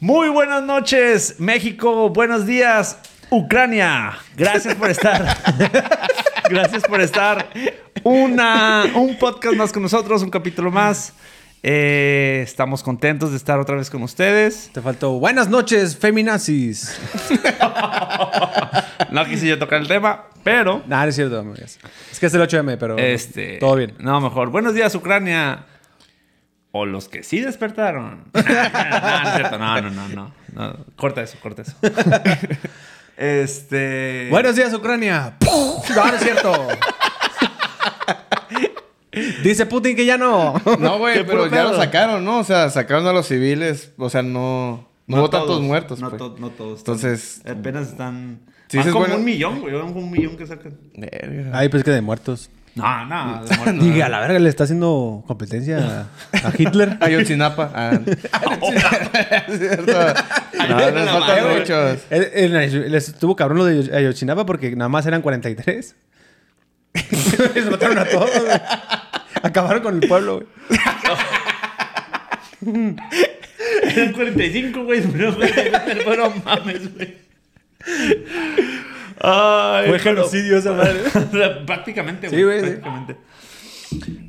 Muy buenas noches, México. Buenos días, Ucrania. Gracias por estar. Gracias por estar. Una, un podcast más con nosotros, un capítulo más. Eh, estamos contentos de estar otra vez con ustedes. Te faltó buenas noches, feminazis. No quise yo tocar el tema, pero Nah, no es cierto, amigas. Es que es el 8M, pero este, todo bien. No, mejor. Buenos días, Ucrania. O los que sí despertaron. no, no, es cierto. no, no, no, no, no. Corta eso, corta eso. este. Buenos días, Ucrania. No, no es cierto. Dice Putin que ya no. No, güey, Qué puro pero ya lo pedo. sacaron, ¿no? O sea, sacaron a los civiles. O sea, no. No, hubo tantos todos, muertos. No, pues. to- no todos. Entonces- Apenas están. Sí, van sí es como bueno. un millón, güey. van como Un millón que sacan. Verga. Ay, pues que de muertos. No, no. de muerto, Diga, la verga le está haciendo competencia a a Hitler. Ayotzinapa. Ah, es cierto. No, la les faltan madre. muchos. El- el- el- les estuvo cabrón lo de Ayotzinapa porque nada más eran 43. les mataron a todos. güey. Acabaron con el pueblo, güey. Eran 45, güey. Pero, güey, pero mames, güey. Ay, pero- Fue genocidio esa madre. prácticamente, Sí, güey, sí. prácticamente.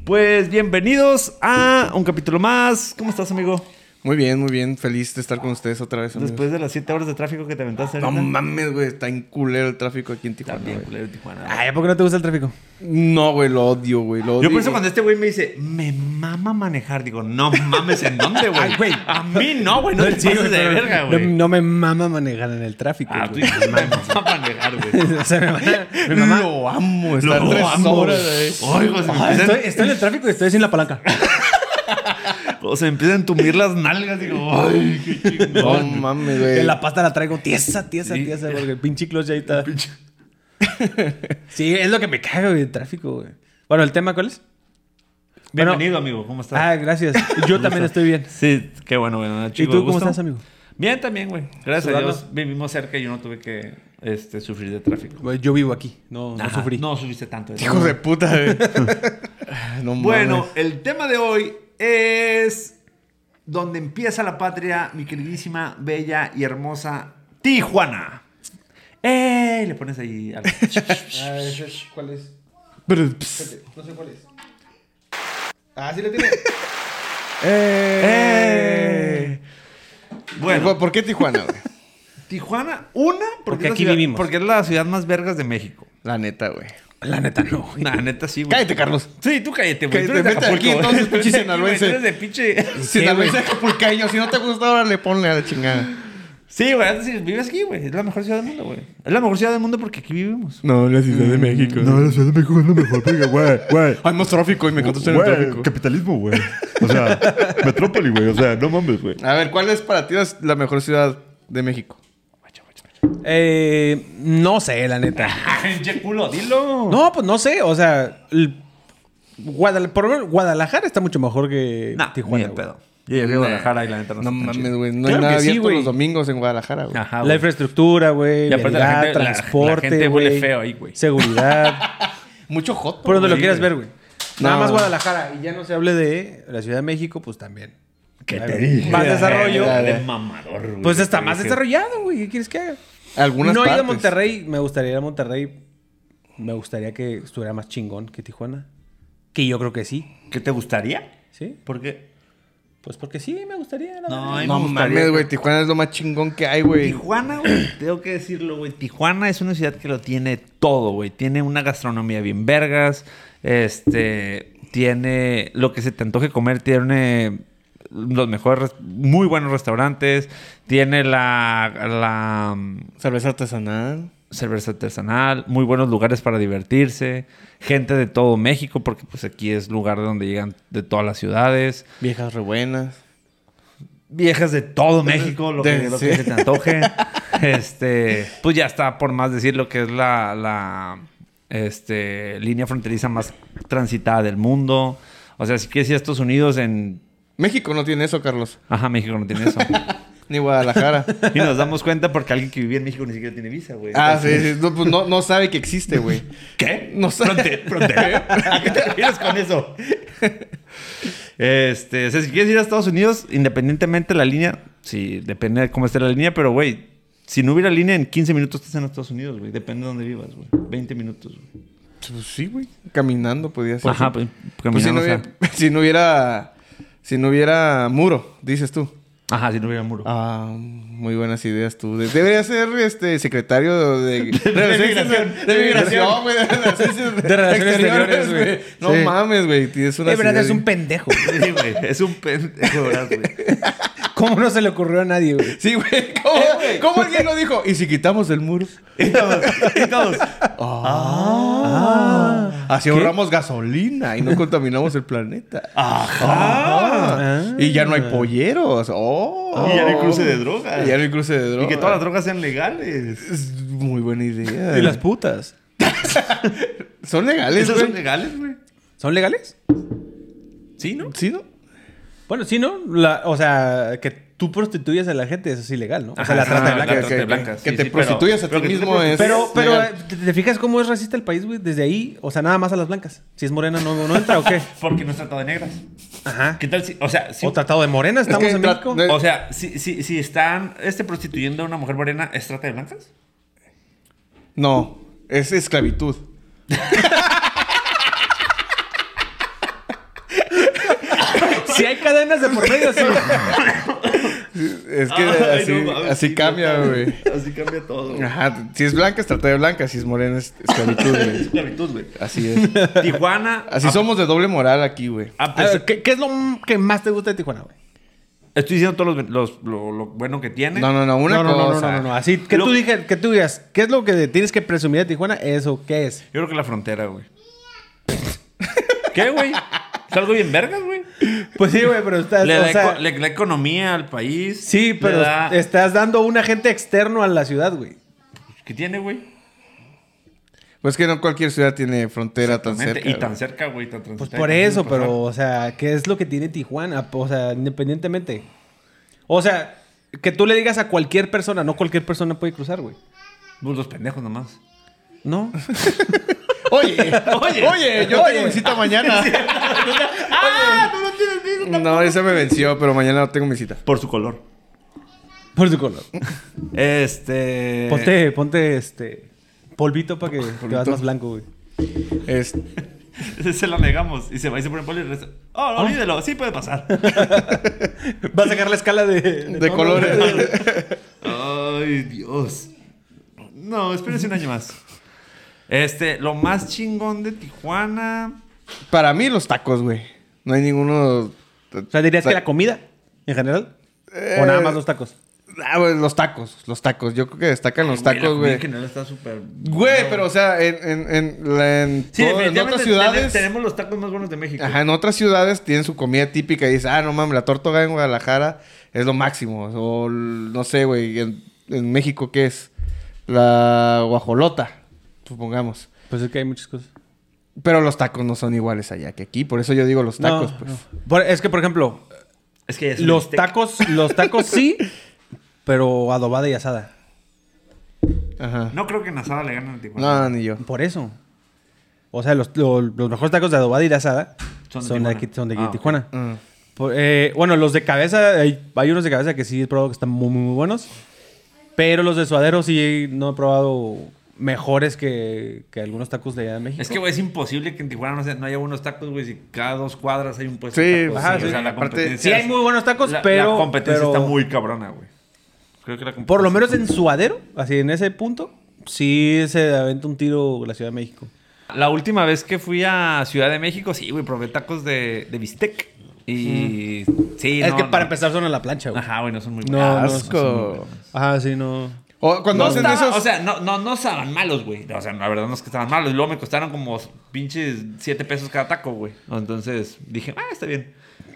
Pues bienvenidos a un capítulo más. ¿Cómo estás, amigo? Muy bien, muy bien. Feliz de estar con ustedes otra vez. amigos. Después de las 7 horas de tráfico que te aventaste No ahorita. mames, güey. Está en culero el tráfico aquí en Tijuana. También, güey. culero, Tijuana. Ay, ¿por qué no te gusta el tráfico? No, güey, lo odio, güey. Lo odio. Yo por eso güey. cuando este güey me dice, me mama manejar, digo, no mames, ¿en dónde, güey? Ay, güey. A mí no, güey, no te Sí, pases de pero verga, no- güey. No, me mama manejar en el tráfico. Ah, pues, tú güey. dices, me mama manejar, güey. O sea, me van a- mi mamá- Lo amo. Estar tres horas, güey. Ay, güey, se me Ah, empiezan- estoy, estoy en el tráfico y estoy sin la palanca. o se me empiezan a entumir las nalgas, digo, ay, qué No chingón. mames, güey. En la pasta la traigo tiesa, tiesa, Sí. tiesa, porque el pinche clutch ahí está. Sí, es lo que me cago, güey, el tráfico, güey. Bueno, ¿el tema cuál es? Bueno, Bienvenido, amigo, ¿cómo estás? Ah, gracias. Yo también estoy bien. Sí, qué bueno, bueno. ¿Y chico, tú de cómo gusto. estás, amigo? Bien también, güey. Gracias Sudando. a Dios vivimos cerca y yo no tuve que este, sufrir de tráfico. Yo vivo aquí, no, no Ajá, sufrí. No sufriste tanto. Hijo de puta, güey. No Bueno, mames. el tema de hoy es donde empieza la patria, mi queridísima, bella y hermosa Tijuana. ¡Eh! Le pones ahí algo. ¿Cuál es? Pero, pss. No sé cuál es. Ah, sí lo tiene. ¡Eh! Bueno, ¿Por- ¿Por qué Tijuana, güey? Tijuana, una, porque, Porque es la aquí ciudad- vivimos. Porque es la ciudad más vergas de México. La neta, güey. La neta, no. güey. La neta sí, güey. Cállate, Carlos. Sí, tú cállate, güey. Cállate, Tú eres de vete Acapulco, aquí, güey. entonces, pinche Vete aquí, güey. Tú sinaloense. eres de pinche... Si la ves acapulcaño, si no te gusta, ahora le ponle a la chingada. Sí, güey. Es decir, vives aquí, güey. Es la mejor ciudad del mundo, güey. Es la mejor ciudad del mundo porque aquí vivimos. No, la Ciudad de México. Ah, No, la Ciudad de México es lo mejor, porque, güey, güey. Hay más tráfico y me contaste en el Güey, tráfico. capitalismo, güey. O sea, metrópoli, güey. O sea, no mames, güey. A ver, ¿cuál es para ti las- la mejor ciudad de México? Eh, no sé, la neta. Pinche culo, dilo. No, pues no sé, o sea, el- Guadal- por lo menos Guadalajara está mucho mejor que Nah, Tijuana. ni de güey. pedo. Yo llegué a Guadalajara y la neta no está No tan mames, chido. güey. No Claro hay nada que sí, abierto güey. los domingos en Guadalajara, güey. Ajá, La Ah, güey. infraestructura, güey, Y aparte la vialidad, gente- la- la transporte, gente huele güey, feo ahí, güey. Seguridad, Mucho hot. por donde lo Sí, quieras güey. ver, güey. Nada No. más Guadalajara y ya no se hable de la Ciudad de México, pues también. ¿Qué Ay, te güey. dije? Más desarrollo. Ya, ya, ya. De mamador, güey. Pues está Te más dije. desarrollado, güey. ¿Qué quieres que haga? Algunas no he ido a partes. Monterrey. Me gustaría ir a Monterrey. Me gustaría que estuviera más chingón que Tijuana. Que yo creo que sí. ¿Qué te gustaría? ¿Sí? Porque... Pues porque sí, me gustaría. La No, verdad. ay, No me gustaría. mames, güey. Tijuana es lo más chingón que hay, güey. Tijuana, güey, tengo que decirlo, güey. Tijuana es una ciudad que lo tiene todo, güey. Tiene una gastronomía bien vergas. Este, tiene lo que se te antoje comer, tiene los mejores, res- muy buenos restaurantes. Tiene la, la mm, Cerveza artesanal. cerveza artesanal, muy buenos lugares para divertirse. Gente de todo México, porque pues aquí es lugar de donde llegan de todas las ciudades. Viejas rebuenas. viejas de todo México, lo, que, de- lo que sí. se te antoje. este, pues ya está, por más decir lo que es la, la, este, línea fronteriza más transitada del mundo. O sea, si quieres ir a Estados Unidos en... México no tiene eso, Carlos. Ajá, México no tiene eso. Ni Guadalajara. y nos damos cuenta porque alguien que vivía en México ni siquiera tiene visa, güey. ah, sí, sí. No, pues no, no sabe que existe, güey. ¿Qué? No sabe. ¿A qué te refieres con eso? Este, o sea, si quieres ir a Estados Unidos, independientemente de la línea, sí, depende de cómo esté la línea, pero güey, si no hubiera línea, en 15 minutos estás en Estados Unidos, güey. Depende de dónde vivas, güey. 20 minutos, güey. Pues sí, güey. Caminando podía ser. Ajá, pues, Pues si, caminando, no o sea. hubiera, si no hubiera. Si no hubiera muro, dices tú. Ajá, si no hubiera muro. Ah, muy buenas ideas tú. De- Debería ser este secretario de, migración. De migración, güey. De relaciones, De relaciones exteriores, güey. No Sí. mames, güey. Tienes una De verdad es un pendejo. Sí, güey. Es un pendejo, ¿verdad, güey. ¿Cómo no se le ocurrió a nadie, güey? Sí, güey. ¿Cómo, ¿Cómo alguien lo dijo? ¿Y si quitamos el muro? Y todos, y todos. Ah. Así ahorramos gasolina y no contaminamos el planeta. Ah. Y ya no hay polleros. Oh. Y ya no hay cruce de drogas. Y ya no hay cruce de drogas. Y que todas las drogas sean legales. Es muy buena idea. Y las putas. Son legales, ¿Esas güey. son legales, güey? ¿Son legales? Sí, ¿no? ¿Sí, no? Bueno, sí, ¿no? La- o sea, que tú prostituyas a la gente, eso es ilegal, ¿no? O sea, la trata de Ajá, blancas. la trata de Ah, que- blancas. que Sí, te sí, prostituyas a pero- pero que ti te mismo es- Pero, pero, legal. eh, ¿te te fijas cómo es racista el país, güey? Desde ahí, o sea, nada más a las blancas. Si es morena, ¿no, no entra o qué? Porque no es tratado de negras. Ajá. ¿Qué tal si, o sea, si, O tratado de morena, estamos que en tra- México. de- o sea, si, si, si están este, prostituyendo a una mujer morena, ¿es trata de blancas? No, es esclavitud. Si hay cadenas de por medio, sí. Es que Ay, así, no mames, así sí, cambia, total. güey. Así cambia todo. güey. Ajá, si es blanca es trata de blanca, si es morena es esclavitud, güey. Esclavitud, güey. Así es. Tijuana. Así a- somos de doble moral aquí, güey. a A pesar- ver, ¿qué, qué es lo m- que más te gusta de Tijuana, güey? estoy diciendo todo los, los- lo, lo bueno que tiene. No, no, no, una no, no, no, no, cosa. no, no, Así que Lo- tú digas, que tú digas, ¿qué es lo que tienes que presumir de Tijuana? Eso, ¿qué es? Yo creo que la frontera, güey. ¿Qué, güey? Es algo bien vergas, güey. Pues sí, güey, pero estás. Le o da, sea, eco- le da economía al país. sí, Le pero da- estás dando un agente externo a la ciudad, güey. ¿Qué tiene, güey? Pues que no cualquier ciudad tiene frontera tan Exactamente. cerca. y tan güey. cerca, güey. Tan Pues transitable. por eso, Pasar. pero, o sea, ¿qué es lo que tiene Tijuana? O sea, independientemente. O sea, que tú le digas a cualquier persona, no cualquier persona puede cruzar, güey. Pues Los pendejos nomás. No. Oye, Oye. oye, oye, Eh, yo tengo visita mañana. ¡Ah! ¡Tú no tienes miedo! No, esa me venció, pero mañana no tengo mi cita. Por su color. Por su color. Este. Ponte, ponte este. Polvito para que te vas más blanco, güey. Es- Se la negamos. Y se va y se pone poli y regresa. Oh, olvídelo. Sí puede pasar. Va a sacar la escala de. De, de tono, güey. colores. Ay, Dios. No, espérense un año más. Este, lo más chingón de Tijuana. Para mí los tacos, güey. No hay ninguno... O sea, dirías que la comida, en general. O nada más los tacos. Ah, güey, los tacos, los tacos. Yo creo que destacan los la tacos, comida güey. En general está súper. Güey, pero o sea, en, en, en, la- en Sí, todo- en definitivamente otras ten- ciudades. tenemos los tacos más buenos de México. Ajá, en otras ciudades tienen su comida típica y dices, ah, no mames, la torta ahogada en Guadalajara es lo máximo. O l- no sé, güey, en, en México, ¿qué es? La guajolota, supongamos. Pues es que hay muchas cosas. Pero los tacos no son iguales allá que aquí, por eso yo digo los tacos, No, pues. no. Por- es que, por ejemplo, Es que es un los bistec. tacos, los tacos sí, pero adobada y asada. Ajá. No creo que en asada le ganen a Tijuana. No, ni yo. Por eso. O sea, los, lo- los mejores tacos de adobada y de asada Son son de de, Tijuana. aquí, son de aquí, Ah, ok. Tijuana. Mm. Por- eh, bueno, los de cabeza, hay, hay unos de cabeza que sí he probado que están muy, muy, muy buenos. Pero los de suadero sí no he probado mejores que, que algunos tacos de allá de México. Es que, güey, es imposible que en Tijuana no, sea- no haya unos tacos, güey, si cada dos cuadras hay un puesto Sí, de tacos. ajá, O sí. sea, la Aparte, competencia. sí hay muy buenos tacos, la- pero- La competencia pero- está muy cabrona, güey. Creo que la competencia. Por lo menos en suadero, así en ese punto, sí se aventa un tiro la Ciudad de México. La última vez que fui a Ciudad de México, sí, güey, probé tacos de, de bistec. Y. Sí, es no, que no. para empezar son a la plancha, güey. Ajá, güey, no son muy No, buenos. no, Asco. Ajá, sí, no. O cuando No hacen estaba- esos. O sea, no, no, no estaban malos, güey. O sea, la verdad no es que estaban malos. Y luego me costaron como pinches 7 pesos cada taco, güey. Entonces dije, ah, está bien.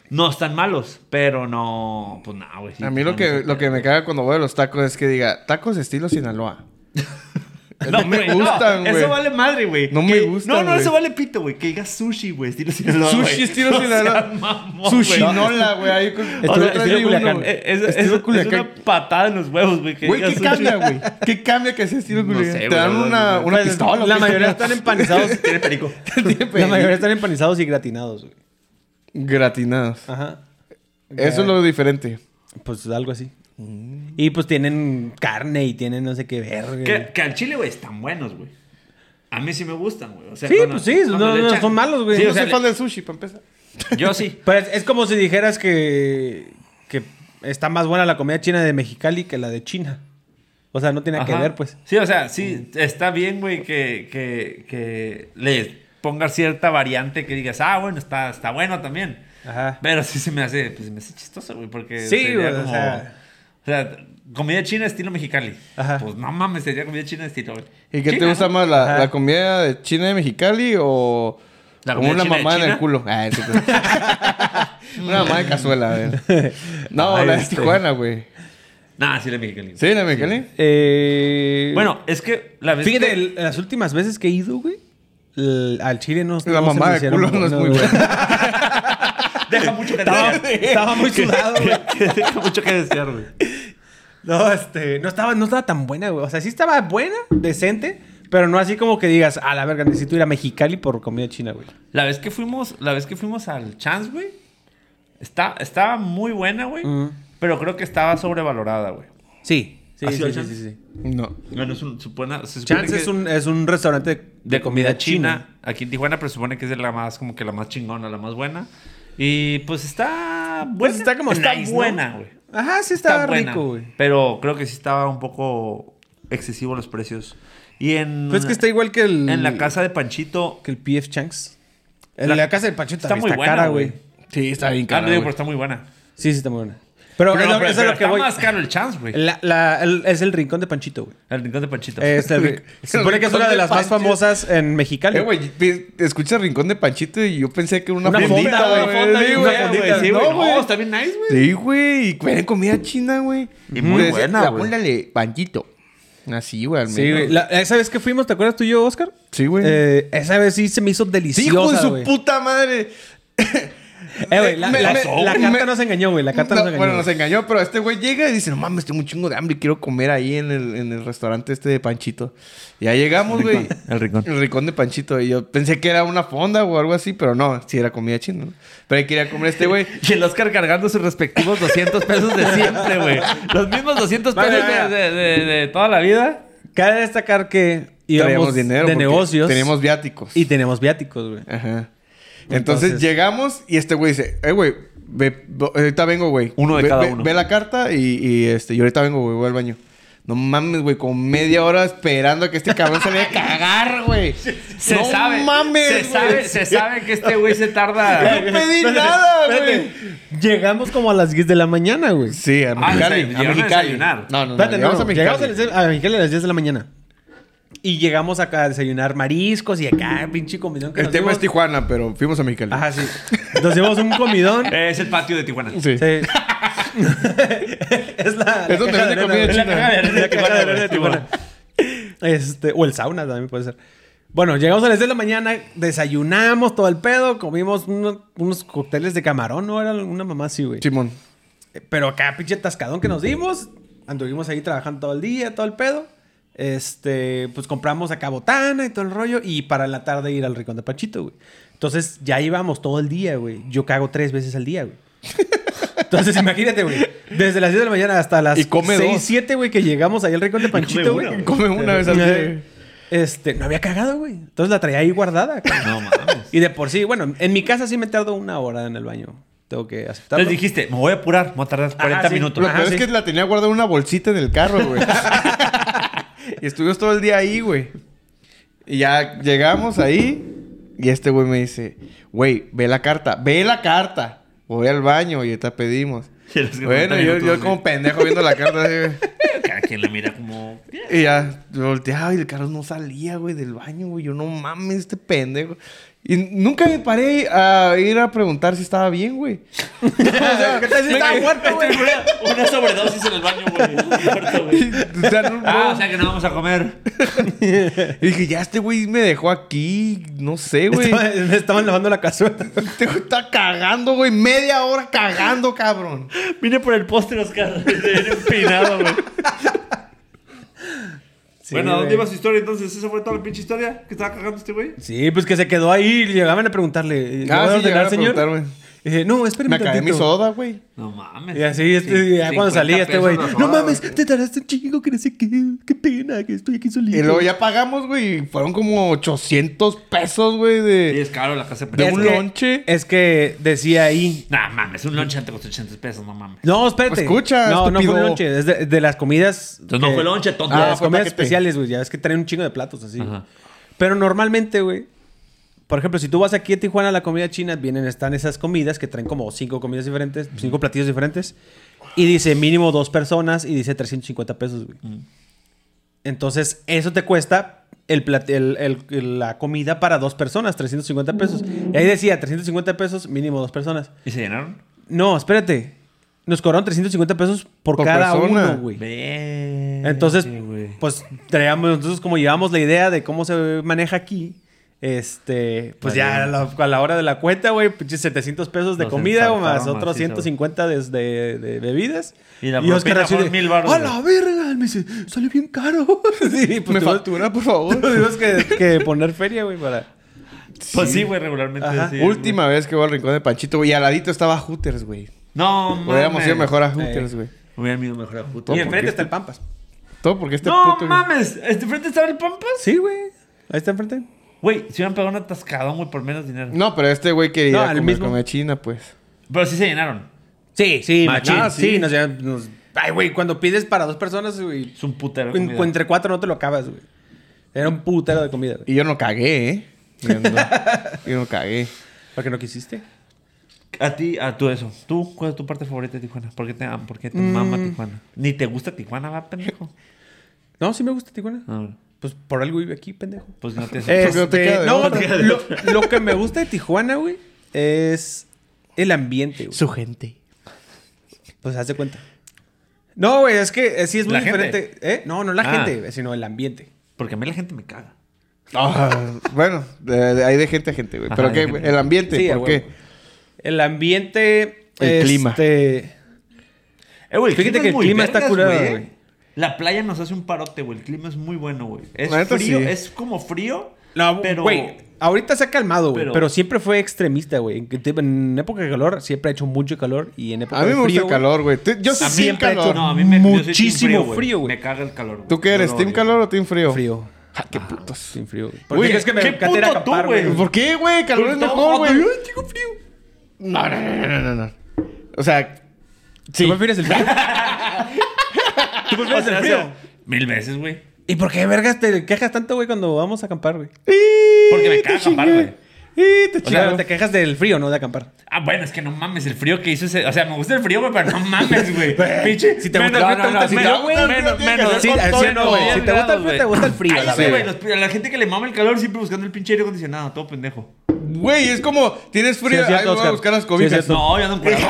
No están malos, pero no. Pues nada, güey. sí, a mí lo no, no que, lo que me caga cuando voy a los tacos es que diga, tacos estilo Sinaloa. No me gustan, güey. Eso vale madre, güey. No me Que- gustan, No, no, güey. eso vale pito, güey. Que digas sushi, güey. Estilo Sinaloa. Sushi güey. estilo No Sinaloa. seas mamón, Sushi güey. nola, güey. ahí con- O otra sea, vez estilo vi uno, Culiacán. güey. Eh, Es, es- Estilo es Culiacán. una patada en los huevos, güey. que Güey, ¿qué digas sushi. cambia, güey? ¿Qué cambia que sea estilo No Culiacán? sé, Te güey, dan la una, verdad, una pistola. La mayoría están empanizados. Tiene perico. la mayoría están empanizados y gratinados, güey. Gratinados. Ajá. Eso es lo diferente. Pues algo así. Y pues tienen carne y tienen no sé qué verga. Que, que al chile, güey, están buenos, güey. A mí sí me gustan, güey. O sea, Sí, pues sí, no- le no echan- son malos, güey. Sí, No o sea, soy fan del sushi, para empezar. le- yo sí. Pero es, es como si dijeras que, que está más buena la comida china de Mexicali que la de China. O sea, no tiene que Ajá. ver, pues. Sí, o sea, sí, está bien, güey, que, que, que le pongas cierta variante que digas, ah, bueno, está, está bueno también. Ajá. Pero sí se me hace, pues, se me hace chistoso, güey, porque Sí, sería güey, o como- sea. o sea, comida china estilo mexicali. Ajá. Pues no mames, sería comida china estilo, güey. ¿Y qué te China, gusta ¿no? más, la, Ajá. la comida de China de Mexicali o ¿La como comida una china de mamá en el China? culo? Ah, ese pues. una mamá de cazuela, a ver. No, Ay, la de este. Tijuana, güey. Nah, sí la mexicali. ¿Sí, la de Mexicali? Eh, Bueno, es que la vez fíjate, que- el- las últimas veces que he ido, güey, el- al Chile no La no se mamá me de hicieron culo no es buenas, muy güey. buena. deja mucho que Estaba, desear. estaba muy sudado, güey. deja mucho que desear, güey. No, este, no estaba, no estaba tan buena, güey. O sea, sí estaba buena, decente, pero no así como que digas, a la verga, necesito ir a Mexicali por comida china, güey. La vez que fuimos, la vez que fuimos al Chance, güey, está, estaba muy buena, güey, Mm. pero creo que estaba sobrevalorada, güey. Sí. Sí, ¿Has sí, ido al sí, Chance? sí, sí. No. Bueno, es un, supone- se supone Chance que es un, es un restaurante de, de comida china. Aquí en Tijuana, pero se supone que es de la más, como que la más chingona, la más buena. Y pues está buena. Pues está como nice, ¿no? buena, güey. Ajá, sí estaba buena, rico, güey. Pero creo que sí estaba un poco excesivo los precios. Y en, Pues es que está igual que el. en la casa de Panchito. Que el PF Chanks. En La- la, casa del Panchito está también muy buena, cara, güey. güey. Sí, está bien Ah, cara, no digo, güey. pero está muy buena. Sí, sí, está muy buena. Pero, Pero, es lo- pero- eso es pero lo que está voy. más caro el Chance, güey. La- la- el- Eh, es el rincón de Panchito, güey. El rincón de Panchito. Es el rin- Se supone que es una de las más Rincón de Panchito. famosas en Mexicali. Eh, güey, pi- escucha Rincón de Panchito y yo pensé que era una, Una fondita, fonda, güey. una fonda, Sí, una güey, fondita. sí, no, güey, güey. no. está bien nice, güey. Sí, güey. Y era comida china, güey. Y muy Le- buena, la- güey. Póngale Panchito. Así, güey, al menos. Sí, güey. La- esa vez que fuimos, ¿te acuerdas tú y yo, Oscar? Sí, güey. Eh, esa vez sí se me hizo Sí, deliciosa, hijo de su güey. puta madre. Eh, güey, la, Me- la- me- la me- carta nos engañó, güey. La carta No, nos engañó. bueno, güey. nos engañó, pero este güey llega y dice, no mames, tengo un chingo de hambre y quiero comer ahí en el, en el restaurante este de Panchito. Y ya llegamos, güey. El rincón. El rincón de Panchito. Y yo pensé que era una fonda o algo así, pero no, sí era comida china. ¿no? Pero ahí quería comer este güey. Y el Oscar cargando sus respectivos 200 pesos de siempre, güey. Los mismos 200 pesos Vale, de, vale. de- de- de toda la vida. Cabe destacar que íbamos Traíamos de porque negocios Teníamos viáticos. y tenemos viáticos, güey. Ajá. Entonces, Entonces- llegamos y este güey dice, eh, güey, ve- ve- ahorita vengo, güey. Uno de Ve- cada ve- uno. Ve la carta y, y, este, y ahorita vengo, güey, voy al baño. No mames, güey, con media hora esperando a que este cabrón se vaya a cagar, güey. Se no sabe. mames, se güey. sabe, se sabe que este güey se tarda. No pedí nada, güey. Espérate. Llegamos como a las 10 de la mañana, güey. Sí, a Ah, Mexicali. o sea, a llegaron a Mexicali. desayunar. No, no, no. Espérate, llegamos no, a Mexicali. llegamos a las- a Mexicali a las 10 de la mañana. Y llegamos acá a desayunar mariscos y acá, pinche comidón que El nos tema es dimos. Tijuana, pero fuimos a Mexicali. Ajá, sí. Nos dimos un comidón. Es el patio de Tijuana. Sí. Sí. es la, la Es donde caja de arena, vende comida güey. Es la caja de arena de La caja Tijuana, de arena güey. de Tijuana. Este, o el sauna también puede ser. Bueno, llegamos a las 10 de la mañana, desayunamos todo el pedo, comimos uno- unos cócteles de camarón, ¿no? Era una mamá así, güey. Simón. Eh, Pero acá, pinche tascadón que nos dimos. Anduvimos ahí trabajando todo el día, todo el pedo. Este, pues compramos acá botana y todo el rollo. Y para la tarde ir al Rincón de Panchito, güey. Entonces ya íbamos todo el día, güey. Yo cago tres veces al día, güey. Entonces imagínate, güey. Desde las 10 de la mañana hasta las Y come 6, dos. 7, güey, que llegamos ahí al Rincón de Panchito, una, güey. güey. Come una vez al día. güey. Este, no había cagado, güey. Entonces la traía ahí guardada. cabrón. No mames. Y de por sí, bueno, en mi casa sí me tardo una hora en el baño. Tengo que aceptarlo. Entonces dijiste, me voy a apurar, me voy a tardar 40 sí. minutos. Lo Ajá, peor es sí. que la tenía guardada en una bolsita en el carro, güey. y estuvimos todo el día ahí, güey. Y ya llegamos ahí. Y este güey me dice, güey, ve la carta, ve la carta. Voy al baño y ahorita pedimos. Y los que Bueno, cuentan yo, minutos, yo como pendejo viendo la carta. así, güey. Cada quien la mira como. y ya volteaba y el carro no salía, güey, del baño, güey. Yo no mames, este pendejo. Y nunca me paré a ir a preguntar si estaba bien, güey. ¿Qué tal si estaba Ah, muerto, güey? Una, una sobredosis en el baño, güey. O sea, no- Ah, no- o sea que no vamos a comer. Y dije, ya este güey me dejó aquí, no sé, güey. Estaba- me estaban lavando la cazuela. Este güey está cagando, güey. Media hora cagando, cabrón. Vine por el postre, Oscar. Viene empinado, güey. bueno, ¿a dónde iba su historia entonces? ¿Esa fue toda la pinche historia que estaba cagando este güey? Sí, pues que se quedó ahí. Llegaban a preguntarle. ¿le Ah, voy a sí, ordenar, llegaron a preguntarme. señor? Y dice, no, espérame Me acabé mi tantito". soda, güey. No mames. Y así, este, Sí, ya 50 cuando salí, este pesos güey, la soda, no mames, güey. te tardaste un chingo que no sé qué, qué pena, que estoy aquí solito. Y luego ya pagamos, güey. y Fueron como 800 pesos, güey, Sí, de, es caro la casa de de peluche. un que- lonche. Es que decía ahí, No mames, un lunch te costó 800 pesos, no mames. No, espérate. Pues Escucha, No, no fue estúpido. lonche. Es de, de las comidas. Entonces no que- fue lonche, tonto. de Ah, las fue comidas paquete. especiales, güey. Ya ves que traen un chingo de platos así. Ajá. güey. Pero normalmente, güey. Por ejemplo, si tú vas aquí a Tijuana a la comida china, vienen, están esas comidas que traen como cinco comidas diferentes, cinco platillos diferentes. Y dice mínimo dos personas y dice 350 pesos, güey. Entonces, eso te cuesta el plat- el- el- el- la comida para dos personas, 350 pesos. Y ahí decía 350 pesos, mínimo dos personas. ¿Y se llenaron? No, espérate. Nos cobraron 350 pesos por, Por cada persona. uno, güey. Ve. Entonces, Sí, güey. pues traíamos, entonces como llevamos la idea de cómo se maneja aquí, este, pues ya a la, a la hora de la cuenta, güey, pinches 700 pesos de Nos comida o más ensartaron otros macizo, 150 des- de, de bebidas. Y la propina así de, fueron mil baros, ¡A güey". la verga! Me dice, sale bien caro. sí, pues Me tuvimos- factura, por favor. Tuvimos que, que poner feria, güey, para... Pues sí, güey, regularmente. Ajá. sí, Última vez que voy al rincón de Panchito, güey. Y al ladito estaba Hooters, güey. güey. No, mames. Hubiéramos ido mejor a Hooters, Sí. güey. Hubieran ido mejor a puto. Y ¿por enfrente qué? está el Pampas. Todo porque este No puto. mames, ¿este frente estaba el Pampas? Sí, güey. Ahí está enfrente. Güey, se hubieran pegado un atascadón, güey, por menos dinero. No, pero este güey quería No, ir a al comer mismo. comida china, pues. Pero sí se llenaron. Sí, sí, Machín. Ah, machín. Sí, Sí. nos llevan- nos- Ay, güey, cuando pides para dos personas, güey. Es un putero. de en- comida. Entre cuatro no te lo acabas, güey. Era un putero de comida, güey. Y yo no cagué, ¿eh? Yo no, yo no cagué. ¿Por qué no quisiste? A ti, a tú eso. ¿Tú cuál es tu parte favorita de Tijuana? ¿Por qué te, am- por qué te mama Mm. Tijuana? Ni te gusta Tijuana, va, pendejo. No, sí me gusta Tijuana. No, Pues por algo vive aquí, pendejo. pues no te Eh, Ah. no te queda Este, de no, otra. no, lo, lo que me gusta de Tijuana, güey, es el ambiente, güey. Su gente. Pues haz de cuenta. No, güey, es que eh, sí es muy La gente. diferente. ¿Eh? No, no la Ah. gente, sino el ambiente. Porque a mí la gente me caga. Ah, bueno, de- de- hay de gente a gente, güey. Ajá, Pero hay qué, gente. el ambiente, Sí, a ¿por qué? huevo. El ambiente. El clima. este, Eh, güey, Fíjate que el muy clima está curado, güey. La playa nos hace un parote, güey. El clima es muy bueno, güey. Es La neta, frío, sí. es como frío, No, pero... Güey, ahorita se ha calmado, güey. pero- Pero, siempre fue extremista, güey. En, que- en época de calor siempre ha hecho mucho calor. Y en época A mí de me gusta frío, el güey, calor, güey. Tú- Yo A soy mí team siempre ha hecho- calor. no, a mí me, yo soy team Muchísimo frío, güey. Me caga el calor, güey. ¿Tú qué Yo eres, lo team odio. calor o team frío? Frío. Ah, Ja, qué putos. Sin frío, güey. Güey, crees que me qué encanta ir a puto tú, acampar, güey? güey? ¿Por qué, güey? Calor es Todo mejor, güey. joto, Ay, chico frío. No, no, no, no, no, no. O sea, sí. ¿Tú prefieres el frío? ¿Tú O prefieres sea, el o frío? sea, mil veces, güey. ¿Y por qué, vergas, te quejas tanto, güey, cuando vamos a acampar, güey? Porque Porque me caga acampar, güey. Y te O sea, chingaron. te quejas del frío, no de acampar. Ah, bueno, es que no mames, el frío que hizo ese... O sea, me gusta el frío, güey, pero no mames, güey. Pinche... Si te menos, gusta- no, no, no, no, si te menos, gusta el menos, frío, tiene que menos. ser Sí, con al todo cien no, güey. todo Si te gusta el frío, te gusta el frío. Ay, la sí, verga. güey, los- la, gente que le mama el calor siempre buscando el pinche aire acondicionado, todo pendejo. Güey, es como, tienes frío, Sí, es cierto, ahí voy Oscar. a buscar las Sí, cobijas. es cierto. No, yo ando encuerado.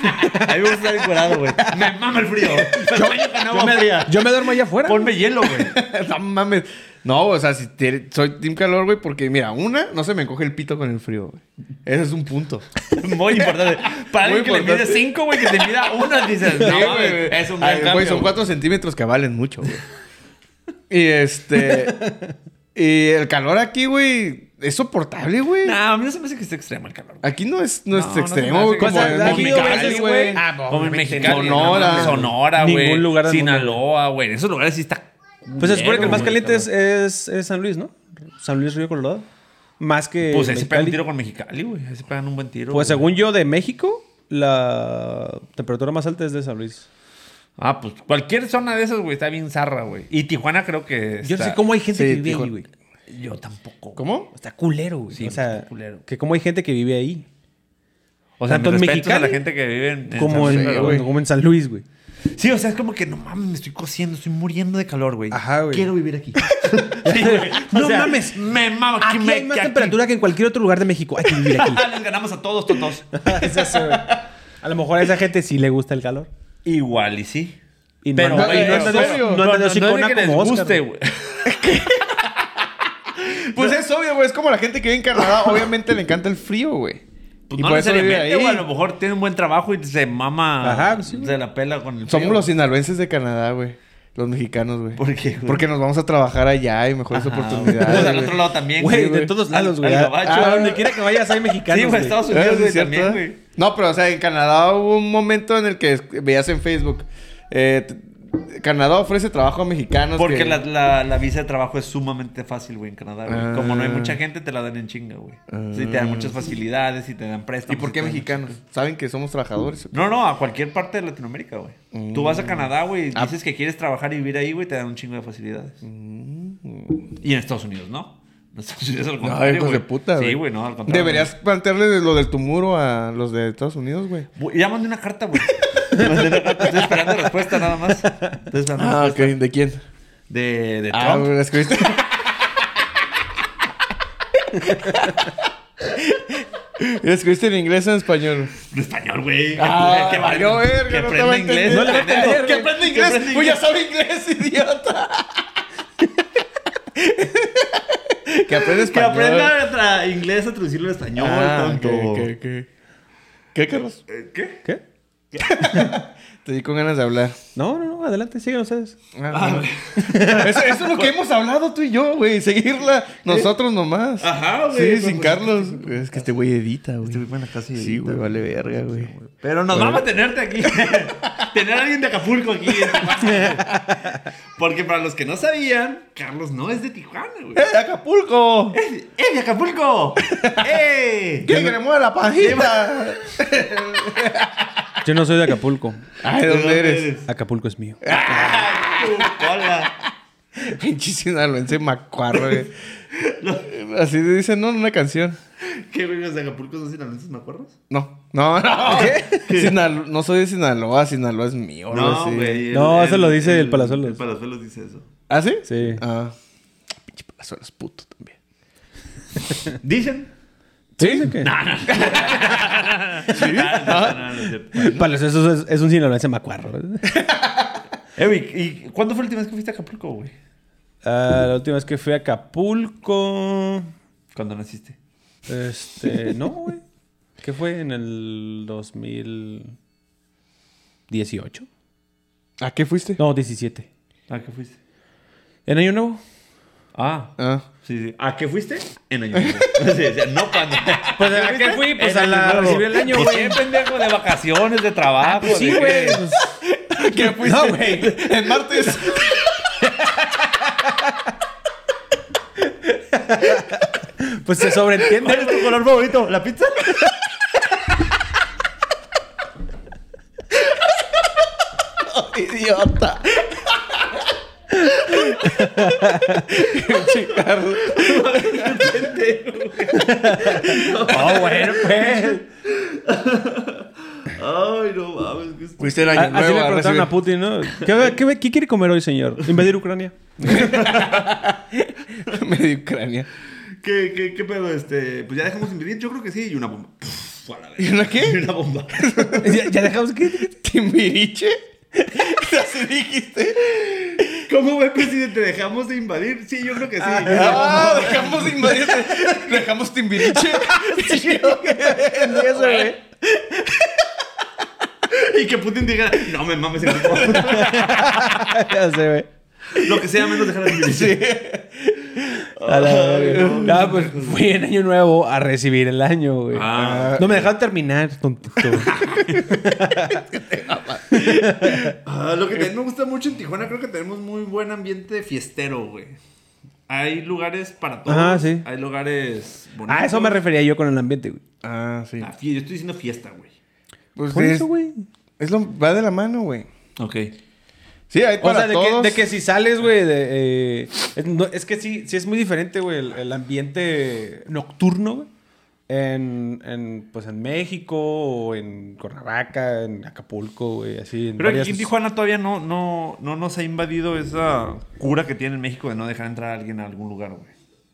A mí me gusta estar encuerado, güey. Me mama el frío. Yo, Yo me, yo me duermo allá afuera. Ponme hielo, güey. no mames. No, o sea, si te- soy team calor, güey, porque mira, una, no se me encoge el pito con el frío, güey. Ese es un punto. Muy importante. Para Muy alguien que le mide importante. 5, güey, que te mida 1, dices, no, Sí, mames, güey. es un Ay, gran güey, cambio. son cuatro centímetros que valen mucho, güey. y este... y el calor aquí, güey, es soportable, güey. No, a mí no se me hace que esté extremo el calor. Aquí no es, no No, es no extremo, se me güey. hace Como que- en ¿Has ido a Mexicali, veces, güey. güey? Ah, Como en obviamente, Mexicali. Sonora. no, Sonora, güey. Ningún lugar del mundo. Sinaloa, güey. En esos lugares sí está. Pues se supone que culero, el más güey, caliente es, cabrón. es- es San Luis, ¿no? San Luis Río Colorado. Más que. Pues ahí se pegan un eh, Mexicali. tiro con Mexicali, güey. Ahí se pegan un buen tiro. güey. Pues según yo, de México, la temperatura más alta es de San Luis. Ah, pues cualquier zona de esas, güey, está bien zarra, güey. Y Tijuana creo que. Yo no está- sé cómo hay gente que Sí, vive Tijuana. ahí, güey. Yo tampoco. güey. ¿Cómo? Está pues culero, güey. Sí, o sea, está culero. que cómo hay gente que vive ahí. O sea, Tanto mis en respetos a la Mexicali gente que vive en. en Como San en, Luis, pero, como en- como en San Luis, güey. Sí, o sea, es como que no mames, me estoy cociendo, estoy muriendo de calor, güey. Ajá, güey. Quiero vivir aquí. Sí, güey. O No mames. Me mama Aquí me- hay más que aquí- Ah, temperatura que en cualquier otro lugar de México. Hay que vivir aquí. Les ganamos a todos, todos. Es eso, güey. A lo mejor a esa gente sí le gusta el calor. Igual y sí. Y no Pero, anda- güey, y no anda es de- obvio. no No, no, anda de no es de hocicona que les como Oscar, guste, güey. güey. Pues es obvio, güey. Es como la gente que vive en Canadá. Obviamente le encanta el frío, güey. Pues y no por eso vive ahí. necesariamente, güey. A lo mejor tiene un buen trabajo y se mama. Ajá, sí, güey. se la pela con el. Somos frío. los sinaloenses de Canadá, güey. los mexicanos, güey. ¿Por qué, güey? Porque nos vamos a trabajar allá y mejores Ajá, güey. oportunidades. Pues al güey. otro lado también, Güey, Sí, de güey. todos lados, Al- güey. Ah, al A, gabacho. a donde quiera que vayas hay mexicanos, Sí, güey, güey. Estados Ah, Unidos, sí, güey, es cierto, también, ¿eh? güey. No, pero o sea, en Canadá hubo un momento en el que es- veías en Facebook. eh, t- Canadá ofrece trabajo a mexicanos. Porque que- la, la- la visa de trabajo es sumamente fácil, güey, en Canadá, güey. Ah. Como no hay mucha gente, te la dan en chinga, güey. Sí, te dan muchas facilidades y te dan ¿Y préstamos. por qué te dan- mexicanos? ¿Saben que somos trabajadores? No, no, a cualquier parte de Latinoamérica, güey. Tú vas a Canadá, güey, y Ah. dices que quieres trabajar y vivir ahí, güey, te dan un chingo de facilidades. Y en Estados Unidos, ¿no? En Estados Unidos al Ay, contrario, Mm. hijos de puta, Sí, güey, no, al contrario. Deberías plantearle lo del tu muro a los de Estados Unidos, güey. Güey, Ya mandé una carta, güey. Mandé una carta. Estoy esperando respuesta nada más. Estoy esperando respuesta. Ah, ¿De quién? Ah, De, de Ah, Trump. güey, la escribiste. ¿La escribiste en inglés o en español? De español, güey. Ah, Que- que- valió verga, que no te aprenda va a inglés. entender. Que aprenda- Que aprende inglés. Pues ya sabe inglés, idiota. que aprende Que español. aprenda a tra- inglés a traducirlo al español, Ah, tonto. ok, ok, ok. ¿Qué, Carlos? Eh, ¿Qué? ¿Qué? Te di con ganas de hablar. No, no, no, adelante, sigan ustedes. Ah, eso, eso es lo que hemos hablado tú y yo, güey. Seguirla nosotros nomás. Ajá, güey. pues, Sí, sin Carlos. Es que este güey edita, güey. Estuve en la casa y Sí, edita, güey, vale verga, güey. Pero nos Bueno. vamos a tenerte aquí. Tener a alguien de Acapulco aquí. en Tijuana. Porque para los que no sabían, Carlos no es de Tijuana, güey. ¡Eh, Acapulco! ¡Eh, de Acapulco! ¡Eh! ¿Quién que le mueva la pajita? Yo no soy de Acapulco. Ay, ¿De ¿dónde eres? Acapulco es mío. Hola. Pinche sinaloense macuarro, güey. Así dicen, ¿no? En Una canción. ¿Qué, güey? ¿Los de Acapulco son sinaloenses, me acuerdas? No, no, no. Sinalo- no soy de Sinaloa, Sinaloa es mío. algo así. el- No, eso el- lo dice el Palazuelos. El Palazuelos dice eso. ¿Ah, sí? Sí. Ah. Pinche palazuelo es puto también. ¿Dicen? ¿Sí? ¿Sí? ¿Qué? Sí. Ah, pues eso es, es un sinaloense macuarro. ¿y cuándo fue la última vez que fuiste a Acapulco, güey? Ah, la última vez que fui a Acapulco. Cuando naciste. Este, no, güey. ¿Qué fue en el 2018? ¿A qué fuiste? No, 17. ¿A qué fuiste? ¿En Año Nuevo? Ah. Ah. Sí, sí. ¿A qué fuiste? En año nuevo. Sí, o sea, no cuando. Pues, ¿a qué fui? Pues, En a la- Nuevo. recibí el año, Pues, güey. sí, Ah, pendejo, de vacaciones, de trabajo. Sí, de- güey. pues, ¿A qué fuiste? No, güey. El martes. pues se sobreentiende. ¿Cuál es tu color favorito? ¿La pizza? Idiota. Chicarro. Oh, bueno, pues. Ay, no mames. que estoy- Fuiste el A- año Ah, Así nuevo le a preguntaron recibir. a Putin, ¿no? ¿Qué, qué, qué quiere comer hoy, señor? ¿Invadir Ucrania? Medio Ucrania. ¿Qué, qué, ¿Qué pedo? Este, pues ya dejamos invadir. Yo creo que sí. Y una bomba. Pff, a la verga. ¿Y una qué? Y una bomba. ¿Ya, ya dejamos que... ¿Timbiriche? Así dijiste. ¿Cómo ve, presidente? ¿Dejamos de invadir? Sí, yo creo que sí. Ah, dejamos de invadir. Dejamos Timbiriche. Eso, güey. Y que Putin diga, no me mames, el tipo". Ya sé, güey. lo que sea menos dejar de invadir. A la verga. no, Ah, pues fui en Año Nuevo a recibir el año, güey. Ah. No me dejaron terminar, tontito. Ah, lo que eh, también me gusta mucho en Tijuana, creo que tenemos muy buen ambiente fiestero, güey. Hay lugares para todos. Ajá, sí. Hay lugares bonitos. ah, eso me refería yo con el ambiente, güey. Ah, sí. La fie- Yo estoy diciendo fiesta, güey. Pues Por es- eso, güey. Es lo, va de la mano, güey. Ok. Sí, hay O para sea, de que, todos. de que si sales, güey, de, eh, es, no- es que sí, sí es muy diferente, güey, el, el ambiente nocturno, güey. En, en, pues en México o en Cuernavaca, en Acapulco, güey, así. En Pero varias- aquí en Tijuana todavía no, no, no nos ha invadido esa cura que tiene en México de no dejar entrar a alguien a algún lugar, güey.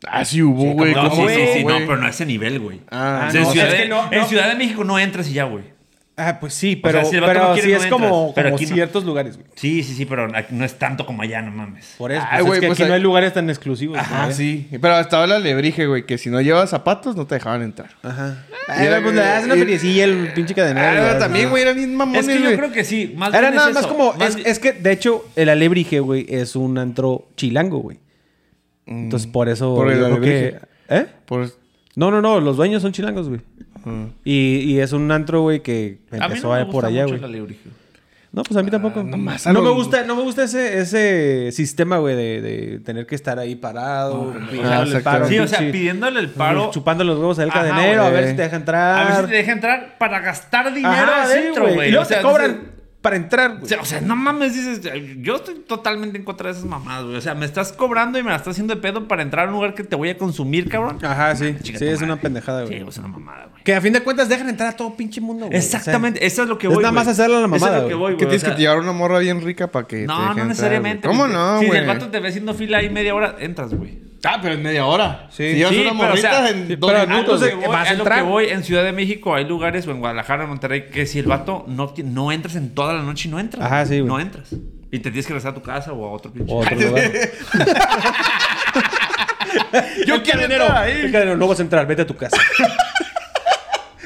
Ah, sí hubo, güey. no, ¿cómo sí, sí, sí, no, güey? pero no a ese nivel, güey. Ah, O sea, en, no, o sea, Ciudad es de, que no, en no. Ciudad de México no entras y ya, güey. Ah, pues sí, pero, si el vato pero no quiere, sí no es entras. como, Pero como aquí no. ciertos lugares, güey. Sí, sí, sí, pero aquí no es tanto como allá, no mames. Por eso, pues, Ay, es güey, que pues aquí no ahí- hay lugares tan exclusivos. Ajá, güey. Ah, sí. Pero estaba la lebrige, güey, que si no llevas zapatos no te dejaban entrar. Ajá. Ah, era pues que- le das una y- feriecilla el pinche Ah, cadenero. pero también, güey, era bien mamón. Es que yo creo que sí. Más Era bien es nada más eso. como. es, bien- es que, de hecho, el alebrije, güey, es un antro chilango, güey. Entonces, por eso. Mm. Por el yo creo que- Alebrije. ¿Eh? Por... No, no, no. Los dueños son chilangos, güey. Y, y es un antro, güey, que A mí empezó no me allá gusta por allá, mucho güey. la Lebrige. No, pues a mí tampoco. nomás a no, lo- me gusta, no me gusta ese, ese sistema, güey, de, de tener que estar ahí parado. Ah, pidiéndole el paro, exactamente. Sí, o sea, pinche- pidiéndole el paro. Chupando los huevos al Ajá, cadenero, a güey. ver si te deja entrar. A ver si te deja entrar para gastar dinero Ajá, sí, adentro, güey. Y luego O sea, te cobran dices- para entrar, O güey. sea, o sea, no mames, dices, yo estoy totalmente en contra de esas mamadas, güey. O sea, me estás cobrando y me la estás haciendo de pedo para entrar a un lugar que te voy a consumir, cabrón. Ajá, sí. Ah, Chinga Sí, tu es una madre. pendejada, güey. Sí, es una mamada, güey. Que a fin de cuentas dejan entrar a todo pinche mundo, güey. Exactamente, eso es lo que es voy, nada güey. más hacerle a la mamada, Eso es lo que güey. voy, que güey. tienes O sea, que llevar una morra bien rica para que. te deje No, entrar, no güey? necesariamente. ¿Cómo porque no, Si güey? el vato te ve haciendo fila ahí media hora, entras, güey. Ah, pero en media hora. Sí. Sí, si llevas Sí, una pero, o sea, morrita en sí, dos pero Ah, minutos. entonces, güey. voy, vas a a lo entrar. que voy, en Ciudad de México hay lugares, o en Guadalajara, en Monterrey, que si el vato no, ti- no entras en toda la noche, no entras. Ajá, güey. sí, güey. No entras. Y te tienes que regresar a tu casa o a otro pinche. O otro lugar. Yo quiero Cadenero, entrar ahí. el cadenero, no vas a entrar, vete a tu casa.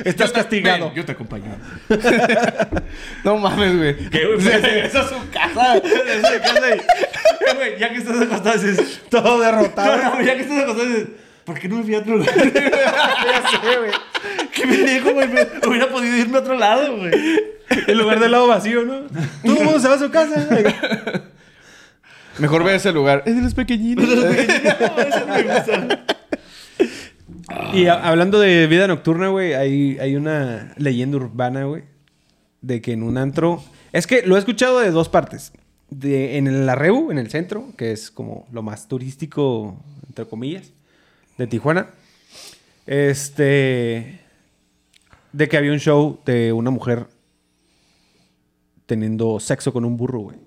Estás castigado. Ven, Yo te acompaño. no mames, güey. ¿Qué, güey? Se regresa a su casa. Eso de casa ahí. Eh, güey, ya que estás acostado, dices. Todo No, derrotado. no, güey, ya que estás acostado, dices. ¿Por qué no me fui a otro lugar? ¿Qué me dijo, güey? Me- Hubiera podido irme a otro lado, güey. El lugar del lado vacío, ¿no? Todo el mundo se va a su casa. Mejor ve ese lugar. Es de los pequeñitos. Eso me gusta. Y a- hablando de vida nocturna, güey, hay, hay una leyenda urbana, güey, de que en un antro... Es que lo he escuchado de dos partes. De, en el Arreu, en el centro, que es como lo más turístico, entre comillas, de Tijuana. Este... De que había un show de una mujer teniendo sexo con un burro, güey.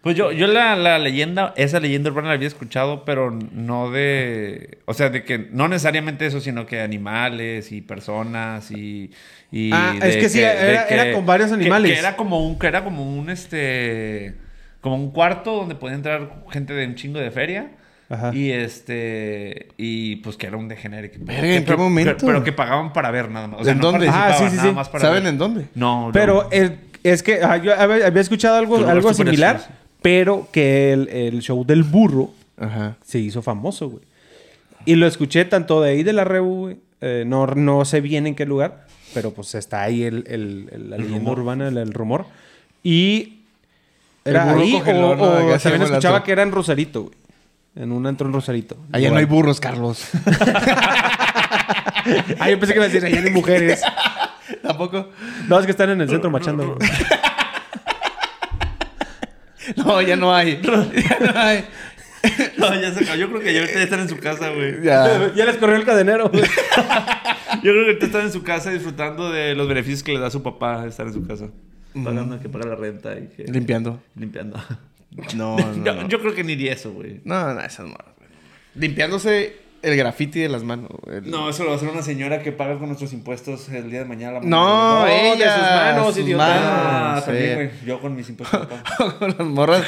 Pues yo, yo la, Eh. la leyenda, esa leyenda urbana la había escuchado, pero no de. O sea, de que no necesariamente eso, sino que animales y personas y. y Ah, de es que sí, de era- era con varios que- animales. Que, era como un. Que era como un este. Como un cuarto donde podía entrar gente de un chingo de feria. Ajá. Y este. Y pues que era un degenere. que- Verga, ¿en que- qué momento? Pero, pero que pagaban para ver nada más. O sea, ¿En no dónde? participaban, Ah, sí, sí, nada sí. más para ¿Saben ver. en dónde? No, no. Pero el- es que ajá, yo hab- había escuchado Tu algo, lugar algo súper similar, exclusivo. pero que el, el show del burro Ajá. se hizo famoso, güey. Y lo escuché tanto de ahí de la Rebu, güey. eh, no, no sé bien en qué lugar, pero pues está ahí el, el, el- la El leyenda rumor. urbana, el, el rumor. Y El era burro ahí, o, cogelón, ¿no? o Que hacía también el escuchaba antro. que era en Rosarito, güey. En un antro en Rosarito. Allá no hay burros, Carlos. Ah, yo pensé que iba a decir, allá no hay mujeres. ¿Tampoco? No, es que están en el centro machando, güey. No, ya no hay. ya no hay. No, ya se acabó. Yo creo que ya ahorita ya están en su casa, güey. Ya. Ya les corrió el cadenero, güey. Yo creo que ahorita están en su casa disfrutando de los beneficios que le da su papá estar en su casa. Pagando que paga la renta y que... Limpiando. Limpiando. No, yo, no. no. yo creo que ni iría eso, güey. No, no, esas morras, güey. Limpiándose el grafiti de las manos. güey. El- No, eso lo va a hacer una señora que paga con nuestros impuestos el día de mañana. la No, mañana. de ella. sus manos, sus idiota. Ah, manos, también, sí. güey. Yo con mis impuestos. papá. Con las morras.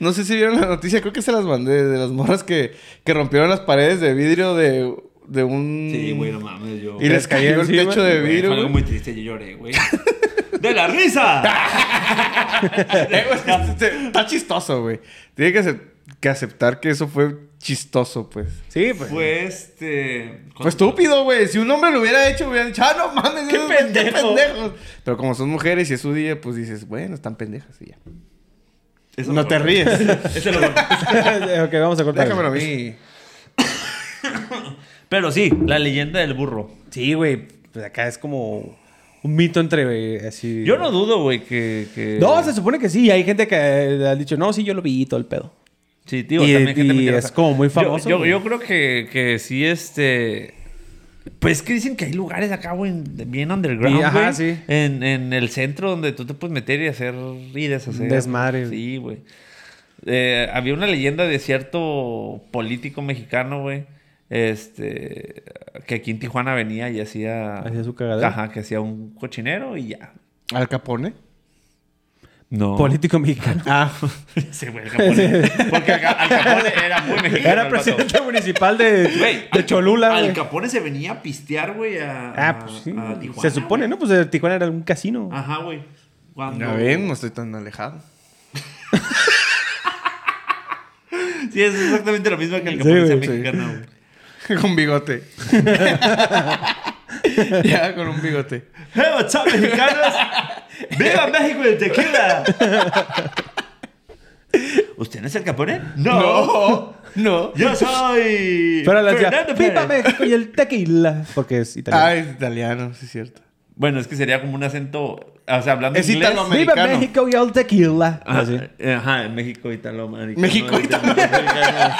no sé si vieron la noticia, creo que se las mandé, de las morras que, que rompieron las paredes de vidrio de, de un... Sí, güey, no mames, yo... Y les cayó el Encima, techo de Güey, vidrio. Fue algo muy güey. triste, yo lloré, güey. ¡De la risa! Eh, güey, es que se- Está chistoso, güey. Tiene que, acep- que aceptar que eso fue chistoso, pues. Sí, pues. Fue este... Fue estúpido, güey. Si un hombre lo hubiera hecho, hubieran dicho, ah, no mames, ¡Qué esos- pendejo! pendejos. Pero como son mujeres y es su día, pues dices, bueno, están pendejas y ya. Eso no lo te corto. ríes. Eso lo corto. ok, vamos a cortar. Déjamelo a mí. Pero sí, la leyenda del burro. Sí, güey. Pues acá es como un mito entre güey, así. Yo no dudo, güey, que, que- No, se supone que sí. Hay gente que eh, ha dicho, no, sí, yo lo vi y todo el pedo. Sí, tío, Y- también gente y mentirosa. es como muy Yo- famoso, Yo, güey. yo creo que, que sí, este. Pues es que dicen que hay lugares acá, güey, bien underground. Y- ajá, güey, sí. En, en el centro donde tú te puedes meter y hacer y deshacer. Desmadre, güey. Sí, güey. Eh, había una leyenda de cierto político mexicano, güey, Este, que aquí en Tijuana venía y hacía... Hacía su cagadero. Ajá, que hacía un cochinero y ya. ¿Al Capone? No. Político mexicano. Ah, Sí, güey, el Capone. Porque Al, Al Capone era muy mexicano. el Era vato. presidente municipal de, Güey, de Al- Cholula, güey. Al Capone se venía a pistear, güey, a, Ah, pues sí. a Tijuana, Se supone, güey. Ah, ¿no? Pues eh, Tijuana era un casino. Ajá, güey. Cuando... ya ven, no estoy tan alejado. Sí, es exactamente lo mismo que el Sí, Capone sea güey, sí. mexicano, güey. con bigote. ya, con un bigote. ¡Hey, what's up, mexicanos! ¡Viva México y el tequila! ¿Usted no es el Capone? No, no. Yo soy. Pero le decía, Fernando Pérez". ¡Viva México y el tequila! Porque es Ah, italiano. es italiano, sí es cierto. Bueno, es que sería como un acento. O sea, hablando Es inglés. italo- ¡Viva americano. México y el tequila! Ah, Así. eh, Ajá, en México italoamericano. México italoamericano.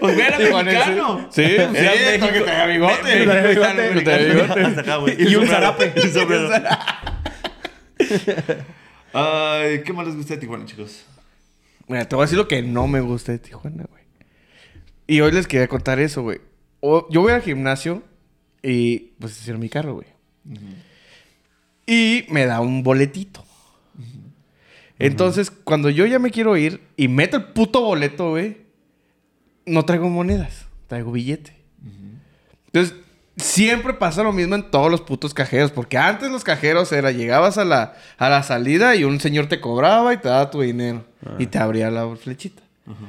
Pues güey, era mexicano. Sí, sí, Era sí, México. porque traía bigote. Me- me- traía bigote. Mexicano, traía bigote. Hasta acá, güey. Y un sombrero. zarape. Y sombrero. Ay, ¿qué más les gusta de Tijuana, chicos? Mira, te voy a decir lo que no me gusta de Tijuana, güey. Y hoy les quería contar eso, güey. O- Yo voy al gimnasio y pues hicieron mi carro, güey. Y me da un boletito. Entonces, cuando yo ya me quiero ir y meto el puto boleto, güey, no traigo monedas, traigo billete. Entonces, siempre pasa lo mismo en todos los putos cajeros. Porque antes los cajeros era, llegabas a la, a la salida y un señor te cobraba y te daba tu dinero. Y te abría la flechita.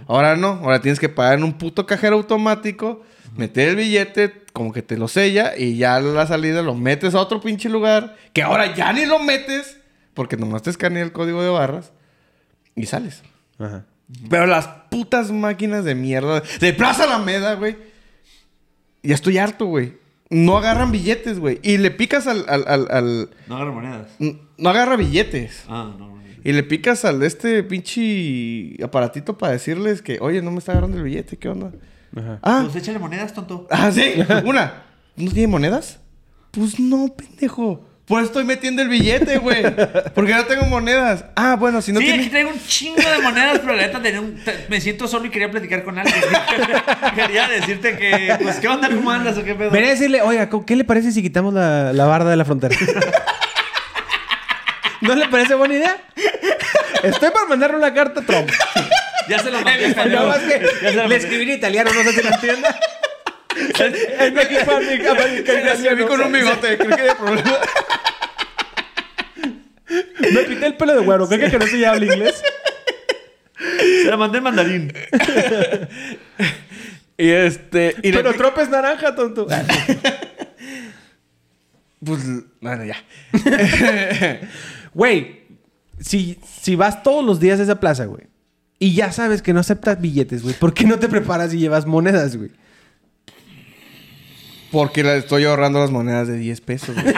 Ahora no, ahora tienes que pagar en un puto cajero automático, meter el billete, como que te lo sella y ya a la salida lo metes a otro pinche lugar, que ahora ya ni lo metes, porque nomás te escanea el código de barras y sales. Ajá. Pero las putas máquinas de mierda de Plaza Alameda, güey. Ya estoy harto, güey. No agarran billetes, güey. Y le picas al, al, al, al- No agarro monedas. n- No agarra billetes. Ah, no. no. Y le picas al de este pinche aparatito para decirles que, oye, no me está agarrando el billete, ¿qué onda? Ajá. Ah, Pues échale monedas, tonto. ah, sí, una. ¿No tiene monedas? Pues no, pendejo. Pues estoy metiendo el billete, güey. Porque no tengo monedas. Ah, bueno, si no sí, tiene... aquí traigo un chingo de monedas, pero la neta tenía un- te- me siento solo y quería platicar con alguien. quería decirte que, pues, ¿qué onda? ¿Cómo andas o qué pedo? Venía a decirle, oiga, ¿con- ¿qué le parece si quitamos la, la barda de la frontera? ¿No le parece buena idea? Estoy por mandarle una carta a Trump. Ya se lo mandé. Nada más que Ya se lo le mandé. escribí en italiano, no sé si lo entienda. Es mexicano, Mira, si a mí con un bigote, creo que hay problema. Me pinté el pelo de güero. Creo que con eso ya habla inglés. Se lo mandé en mandarín. Y este. Y Pero le- Trump es naranja, tonto. Pues, bueno, ya. Güey, si, si vas todos los días a esa plaza, güey, y ya sabes que no aceptas billetes, güey, ¿por qué no te preparas y llevas monedas, güey? Porque la- estoy ahorrando las monedas de 10 pesos, güey.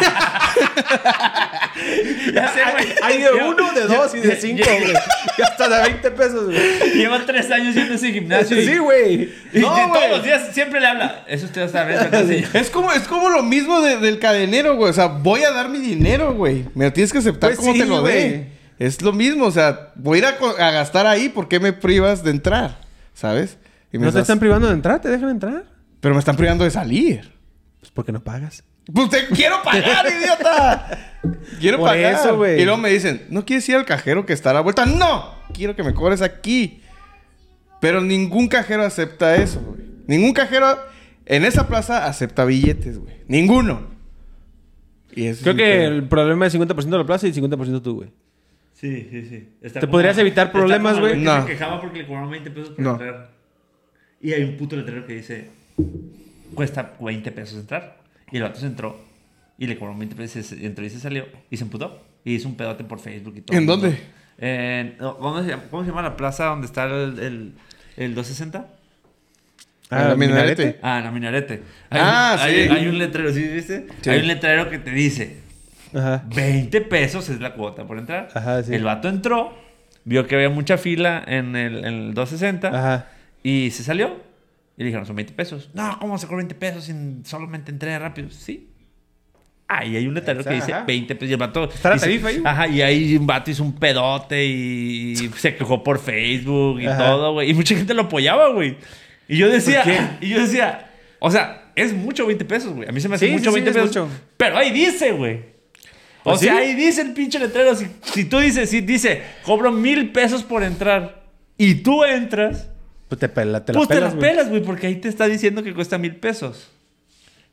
Ya sé, güey. Hay de uno, de dos y de cinco, ya- güey. Y hasta de 20 pesos, güey. Lleva tres años yendo a ese gimnasio. y- Sí, güey. Y No, de todos güey. los días siempre le habla. Eso usted está bien. Es como, es como lo mismo de- del cadenero, güey. O sea, voy a dar mi dinero, güey. Me lo tienes que aceptar Pues como sí, te lo güey. dé. Es lo mismo, o sea, voy a ir a, co- a gastar ahí. ¿Por qué me privas de entrar? ¿Sabes? Y me ¿No te estás- están privando de entrar? ¿Te dejan entrar? Pero me están privando de salir. Pues porque no pagas. Pues te quiero pagar, idiota. Quiero Por pagar. eso, güey. Y luego me dicen, ¿no quieres ir al cajero que está a la vuelta? ¡No! Quiero que me cobres aquí. Pero ningún cajero acepta eso, güey. Ningún cajero en esa plaza acepta billetes, güey. Ninguno. Y eso es Creo un que pedo. el problema es 50% de la plaza y 50% tú, güey. Sí, sí, sí. Está ¿Te como- podrías evitar está problemas, como el güey? que No. Se quejaba porque le cobraron 20 pesos por No. entrar. Y hay un puto letrero que dice: Cuesta 20 pesos entrar. Y el vato se entró y le cobraron 20 pesos. se- Entró y se salió. Y se emputó. Y hizo un pedote por Facebook y todo. ¿En el mundo. dónde? En- no, ¿cómo, se llama, cómo se llama la plaza donde está el, el, el 260? Ah, la minarete. Ah, en la minarete. Hay Ah, un, hay- sí. Hay, un letrero, ¿sí viste? Sí. Hay un letrero que te dice: Ajá. 20 pesos es la cuota por entrar. Ajá, sí. El vato entró, vio que había mucha fila en el, en el 260 Ajá. y se salió. Y le dijeron, son 20 pesos. No, ¿cómo sacó 20 pesos sin solamente entré rápido? Sí. Ahí hay un letrero que dice Ajá. 20 pesos. Y el vato... Está la hizo- tarifa ahí. Ajá, y ahí un vato hizo un pedote y se quejó por Facebook y Ajá. todo, güey. Y mucha gente lo apoyaba, güey. Y yo decía, ¿Por y yo decía, o sea, es mucho 20 pesos, güey. A mí se me hace Sí, sí, mucho sí, 20 es pesos. mucho. Pero ahí dice, güey. O Pues sea, sí. ahí dice el pinche letrero. Si, si tú dices, si dice, cobro mil pesos por entrar y tú entras, Pues te, pela, te pues te la pelas, las güey. pelas, güey, porque ahí te está diciendo que cuesta mil pesos.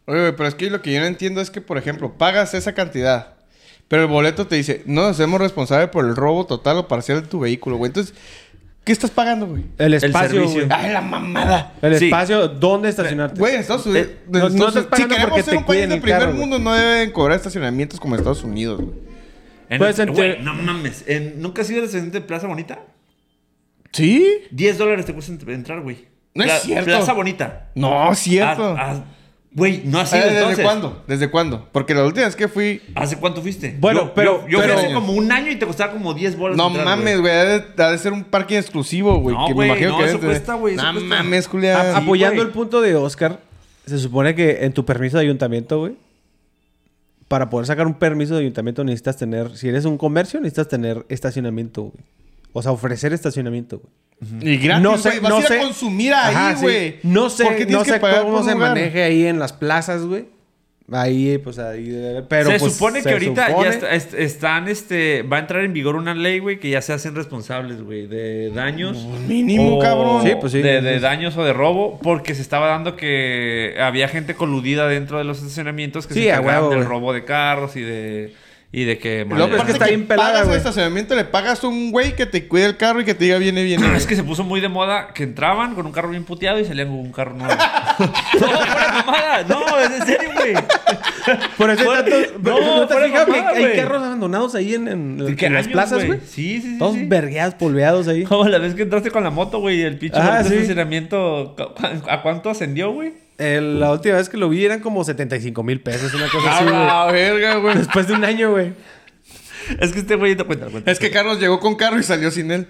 Oye, güey, pero es que lo que yo no entiendo es que, por ejemplo, pagas esa cantidad, pero el boleto te dice, no nos hacemos responsables por el robo total o parcial de tu vehículo, güey. Entonces, ¿qué estás pagando, güey? El El espacio, servicio. güey. ¡Ay, la mamada! El Sí. espacio, ¿dónde estacionarte? Ah, Güey, en Estados Unidos. Eh, en no- no Estados- estás si pagando queremos porque ser un te país cuiden de el primer carro, güey. mundo, no deben cobrar estacionamientos como Estados Unidos, güey. En- Pues, en güey, te- no mames. En- ¿Nunca has ido al restaurante de Plaza Bonita? ¿Sí? 10 dólares te cuesta ent- entrar, güey. No es Pla- cierto. Plaza Bonita. No, cierto. Ah, ah, Güey, no ha Eh, sido ¿Desde entonces. cuándo? ¿Desde cuándo? Porque la última vez que fui. ¿Hace cuánto fuiste? Bueno, Yo- pero- Yo, yo fui pero- hace como un año y te costaba como 10 bolas. No entrar, mames, güey. Ha de, ha de ser un parking exclusivo, güey. No, que me güey, imagino no, que eso debe tener. cuesta, güey, eso No cuesta. mames, A- Julián. Ah, Sí, apoyando güey. el punto de Oscar, se supone que en tu permiso de ayuntamiento, güey, para poder sacar un permiso de ayuntamiento necesitas tener, si eres un comercio, necesitas tener estacionamiento, güey. O sea, ofrecer estacionamiento, güey. Y gratis, no no sé, Vas no a ir sé. a consumir Ajá, ahí, sí. güey. No sé, ¿Por qué tienes no que sé pagar cómo por un se lugar? maneje ahí en las plazas, güey. Ahí, pues ahí. Pero se pues, supone que se ahorita supone. ya está- est- están, este, va a entrar en vigor una ley, güey, que ya se hacen responsables, güey, de daños. mínimo, cabrón. Sí, pues sí. De, de daños o de robo, porque se estaba dando que había gente coludida dentro de los estacionamientos que Sí, se a encargaban huevo, del güey. robo de carros y de, y de que... Lo peor es Aparte que está que bien pelada, pagas el güey. estacionamiento, le pagas a un güey que te cuide el carro y que te diga viene, viene. Es que se puso muy de moda que entraban con un carro bien puteado y salían con un carro nuevo. no, fuera mamada. No, es en serio, güey. Por eso hay Fuera- tantos. No, No, te has fuera fijado que mamada, hay güey. carros abandonados ahí en, en- ¿De en qué las años, plazas, güey. Sí, sí, sí. Todos sí. vergueados, polveados ahí. Como la vez que entraste con la moto, güey, el pinche Ah, boleto de sí. estacionamiento, ¿cu- cu- ¿a cuánto ascendió, güey? Eh, la última vez que lo vi eran como 75 mil pesos, una cosa A así, güey. Ah, la verga, güey. Después de un año, güey. Es que este güey te cuenta, cuenta. Es que Carlos llegó con carro y salió sin él.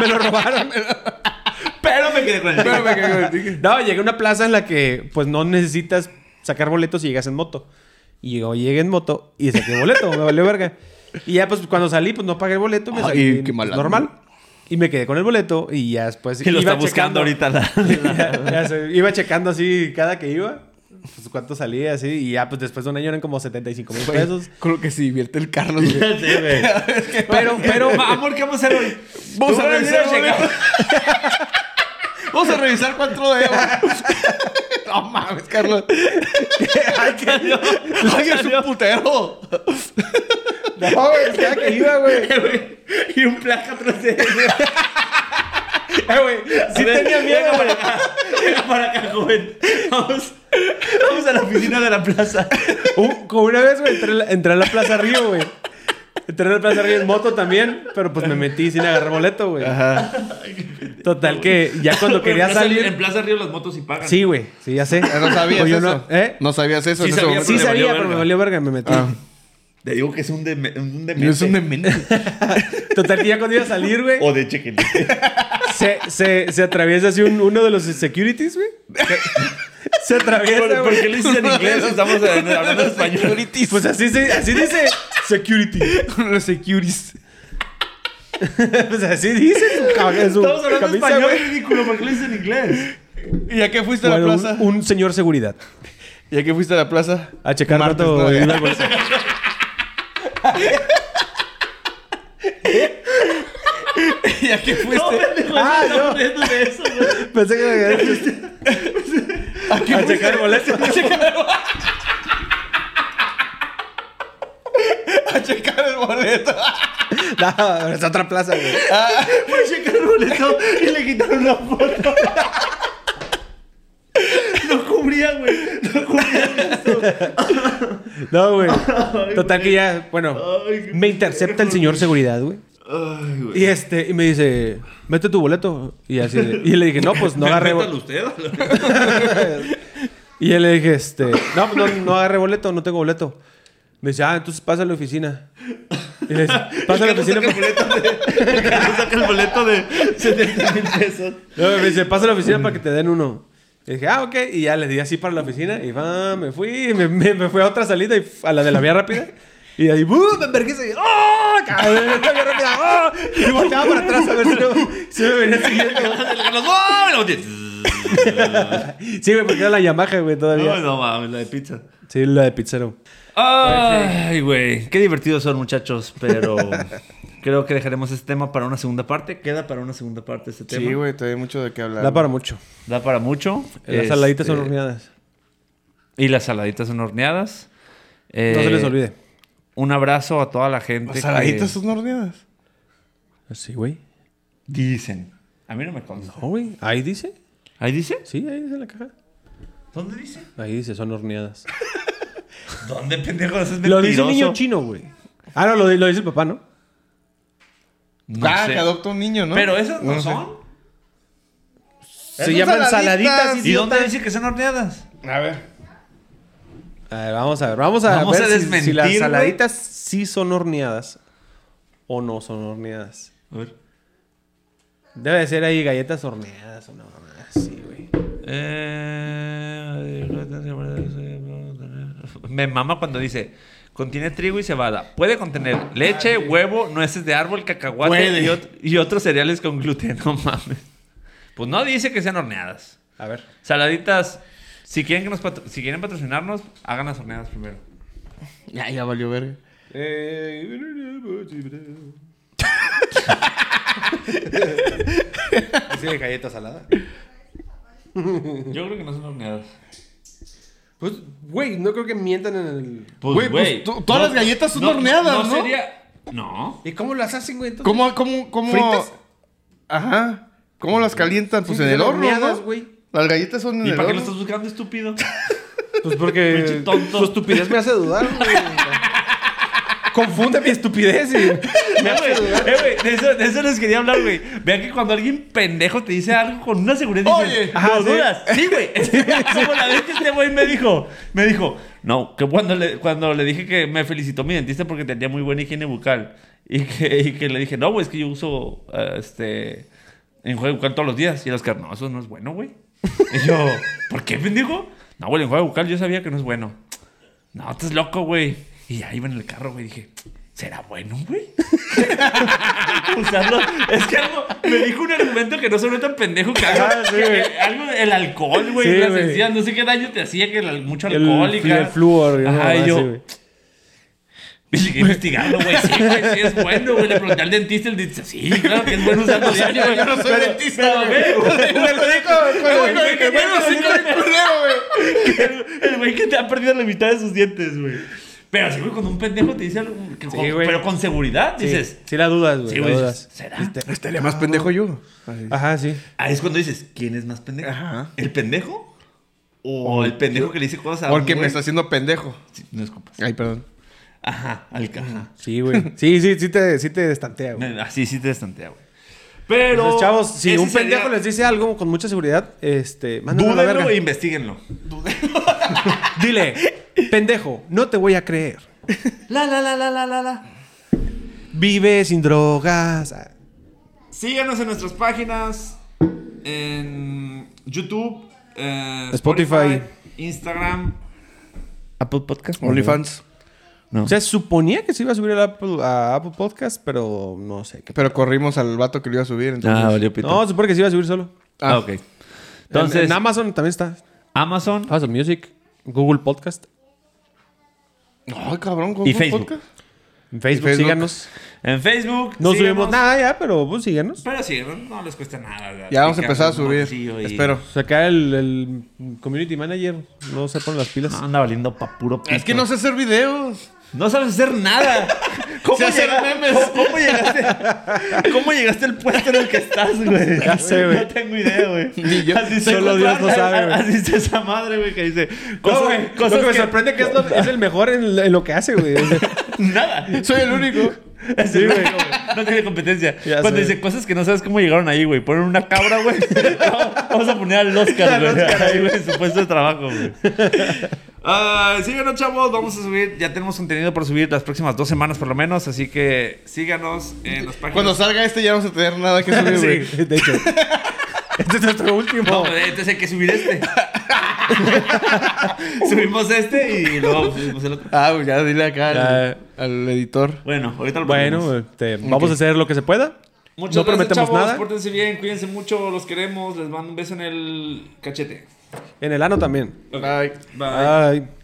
Me lo robaron. Pero me quedé con el Pero me cago en ti. No, llegué a una plaza en la que pues no necesitas sacar boletos si llegas en moto. Y yo llegué en moto y saqué boleto, me valió verga. Y ya pues cuando salí pues no pagué el boleto, me Ay, salí qué pues, malandro. normal. Y me quedé con el boleto y ya después Que lo iba está buscando checando. ahorita la- Ya- ya sé, iba checando así cada que iba. Pues cuánto salía así. Y ya pues después de un año eran como 75 mil pesos. Creo que se divierte el Carlos, güey. Sí, güey. Pero, pero... Ma- amor, ¿qué vamos a hacer hoy? Vamos Tú a vas ir revisar el checar. boleto. Vamos a revisar cuatro de ellos. No mames, Carlos. Ay, que- Ay, es un putero. No, güey, pues, cada que iba, güey. Y un placa atrás de él. Eh, güey, sí A ver, tenía miedo, venga güey. para acá. Venga para acá, joven. Vamos, vamos a la oficina de la plaza. Un- como una vez, güey, entré, a la- entré a la Plaza Río, güey. Entré a la Plaza Río en moto también, pero pues me metí sin agarrar boleto, güey. Total que ya cuando Pero en quería Plaza- En salir... Plaza Río las motos sí pagan. Sí, güey, sí, ya sé. No sabías Pues yo eso. no- ¿Eh? No sabías eso Sí en ese sabía, momento. Sí Te valió sabía, verga. pero me valió verga, me metí. Ah. Te digo que es un, deme- un demente. Es un demente. Total que ya cuando iba a salir, güey, O de chequete. se, se, se atraviesa así un- uno de los securities, güey. Se- Se atraviesa, ¿Por, güey. por qué lo dices en inglés? Estamos hablando hablando español. Pues así, se- así dice security. Los securities. Pues así dice su, ca- su Estamos hablando camisa, español, güey. ridículo. ¿Por qué lo dices en inglés? ¿Y ya que fuiste a la Bueno, un- plaza? un, señor seguridad. ¿Ya que fuiste a la plaza? A checar Martes, rato ¿no? de una bolsa. ¿Ya que No, fuiste? pendejo. Ah, Ah, no. no. de eso, güey. Pensé que me había dicho- este. ¿A qué A fuiste? checar boleto. A checar el boleto. No, es otra plaza, güey. Fue a checar el boleto y le quitaron la foto. No cubría, güey. No cubría eso. No, güey. Total que ya, bueno, Ay, qué me intercepta el señor seguridad, güey. Ay, güey. Y este, y me dice, mete tu boleto. Y así, de- y le dije, no, pues no agarré Métalo boleto. usted? Y él le dije, este, no, no, no agarré boleto, no tengo boleto. Me dice, ah, entonces pasa a la oficina. Y le dice, pasa a la El que oficina. no pa- saca el boleto de- el que no saca el boleto de 70 mil pesos. No, me dice, pasa a la oficina para que te den uno. Y dije, ah, ok. Y ya le di así para la oficina. Y va, me fui. Me, me- me fui a otra salida, y f- a la de la vía rápida. Y ahí, ¡bum! Me envergué. y, ¡Oh! cabrón. Yo rápido, ¡ah! Y volteaba para atrás a ver si, no, si me venía siguiendo. Carlos, ¡oh! Y luego Sí, güey, porque era la Yamaha, güey, todavía. No, no mames, la de pizza. Sí, la de pizzero. Ay, güey. Qué divertidos son, muchachos, pero creo que dejaremos este tema para una segunda parte. Queda para una segunda parte este tema. Sí, güey, todavía hay mucho de qué hablar. Da para güey. mucho. Da para mucho. Las Este, saladitas son horneadas. Y las saladitas son horneadas. Eh, No se les olvide. Un abrazo a toda la gente. Las que- saladitas son horneadas. Sí, güey. Dicen. A mí no me consta. No, güey. Ahí dice. ¿Ahí dice? Sí, ahí dice en la caja. ¿Dónde dice? Ahí dice, son horneadas. ¿Dónde, pendejo? Eso Es Lo dice el niño mentiroso. chino, güey. Ah, no, lo, di- lo dice el papá, ¿no? No ah, sé. que adopta un niño, ¿no? Pero esas no, sé. son. Se llaman saladitas. saladitas. ¿Y idiota. dónde dice que son horneadas? A ver. A ver, vamos a ver. Vamos a Vamos ver a si- si, desmentir, las güey. saladitas sí son horneadas o no son horneadas. A ver. Debe de ser ahí galletas horneadas o no. Sí, güey. Eh, Me mama cuando dice, contiene trigo y cebada. Puede contener leche, huevo, nueces de árbol, cacahuate Puede. y, ot- y otros cereales con gluten. No mames. Pues no dice que sean horneadas. A ver. Saladitas, si quieren, que nos patro- si quieren patrocinarnos, hagan las horneadas primero. Ya, ya valió verga. ¿Sí de galleta salada? Yo creo que no son horneadas. Pues, güey, no creo que mientan en el. Güey, pues, tú- todas las galletas son horneadas, ¿no? Sería... No. ¿Y cómo las hacen, güey? Entonces, ¿Cómo, cómo, cómo? ¿Fritas? Ajá. ¿Cómo las calientan? Pues Sí, en el son horno, horneadas, ¿no? güey. Las galletas son en ¿Y el para qué lo horno. estás buscando, estúpido? Pues porque Pinche tonto. tu estupidez me hace dudar, güey. Confunde mi estupidez y me Eh, hace güey, dudar. eh, güey, de, eso, de eso les quería hablar, güey. Vean que cuando alguien pendejo te dice algo con una seguridad, dices, Oye, "Lo ajá, sí". dudas. Sí, güey. Como la vez que este güey me dijo, me dijo, no, que cuando le, cuando le dije que me felicitó mi dentista porque tenía muy buena higiene bucal. Y que, y que le dije, no, güey, es que yo uso eh, este enjuague bucal todos los días. Y el Oscar, no, eso no es bueno, güey. Y yo, ¿por qué, pendejo? No, güey, el enjuague bucal yo sabía que no es bueno. No, estás loco, güey. Y ya iba en el carro, güey. Dije, ¿será bueno, güey? Usarlo. Es que algo. Me dijo un argumento que no sonó tan pendejo que algo. Ah, sí, que- güey. algo el alcohol, güey. Sí, las güey. encías, no sé qué daño te hacía que el al- mucho El, alcohol y fl- el cada- flúor, güey. Ajá, no, Ah, y así, yo. güey. Y seguí investigando, güey. Sí, güey, sí es bueno, güey. Le pregunté al dentista, el dentista, sí, claro que es bueno usarlo diario, güey. no soy Pero- dentista, pero, güey. güey, Con el hocico, con el- güey, con el- que- con el hocico de culero, güey. El- El güey que te ha perdido la mitad de sus dientes, güey. Pero sí, güey, cuando un pendejo te dice algo, que- con- güey. pero con seguridad, Sí, dices, sí la dudas, güey. sí, la güey, dudas. ¿será? Estaría más pendejo yo. Ajá, sí. Ahí es cuando dices, ¿quién es más pendejo? Ajá. ¿El pendejo? O el pendejo que le dice cosas a Porque un Ah, me güey? está haciendo pendejo. Sí, No es compas. Ay, perdón. Ajá, al caja. Sí, güey. Sí, sí, sí te, sí te estantea, güey. Así sí te estantea, güey. Pero. Entonces, chavos, si ese un pendejo sería- les dice algo con mucha seguridad, este, mándalo a la Dúdenlo verga. e investiguenlo. Dile, pendejo, no te voy a creer. La, la, la, la, la, la, la. Vive sin drogas. Ah, Síganos en nuestras páginas, en YouTube, eh, Spotify. Instagram, Apple Podcast, OnlyFans. Se suponía que se iba a subir a Apple, a Apple Podcast, pero no sé qué. Pero corrimos al vato que lo iba a subir. Entonces. No, se supone que se iba a subir solo. Ah, ok. Entonces, en, en Amazon también está. Amazon Amazon Music, Google Podcast, Ay, cabrón. Y Facebook. en Facebook, Facebook. síganos. en Facebook. No síganos. subimos nada ya, pero pues síganos. Pero sí, no, no les cuesta nada. ¿verdad? Ya vamos a Picar empezar a un subir. bolsillo y- Espero. O sea, acá el, el community manager no se pone las pilas. No, anda valiendo pa' puro pito. Es que no sé hacer videos. No sabes hacer nada. Sé hacer llega- memes. cómo- cómo llegaste? ¿Cómo llegaste al puesto en el que estás, güey? Ya sé, güey. No tengo idea, güey. Ni yo. Así está Solo el- Dios lo sabe, güey. Así está esa madre, güey, que dice No, cosas, güey, cosas lo que me que- sorprende que es, lo- es el mejor en, en lo que hace, güey. O sea, nada. Soy el único. Es el único, güey. No tiene competencia. Ya Cuando sé. dice cosas que no sabes cómo llegaron ahí, güey. Ponen una cabra, güey. Vamos a poner al Oscar, güey. Ahí, güey, en su puesto de trabajo, güey. Ah, síganos, chavos. Vamos a subir. Ya tenemos contenido por subir las próximas dos semanas, por lo menos. Así que síganos en las páginas. Cuando salga este ya no vamos a tener nada que subir, güey. sí, de hecho. este es nuestro último. No, güey, entonces hay que subir este. subimos este y luego subimos el otro. Ah, pues ya dile acá al, al editor. Bueno, ahorita lo Bueno, ponemos. este, vamos a hacer lo que se pueda. Muchas gracias, no prometemos chavos. nada. Pórtense bien, cuídense mucho, los queremos. Les mando un beso en el cachete. En el ano también. Ok. Bye. Bye. Bye.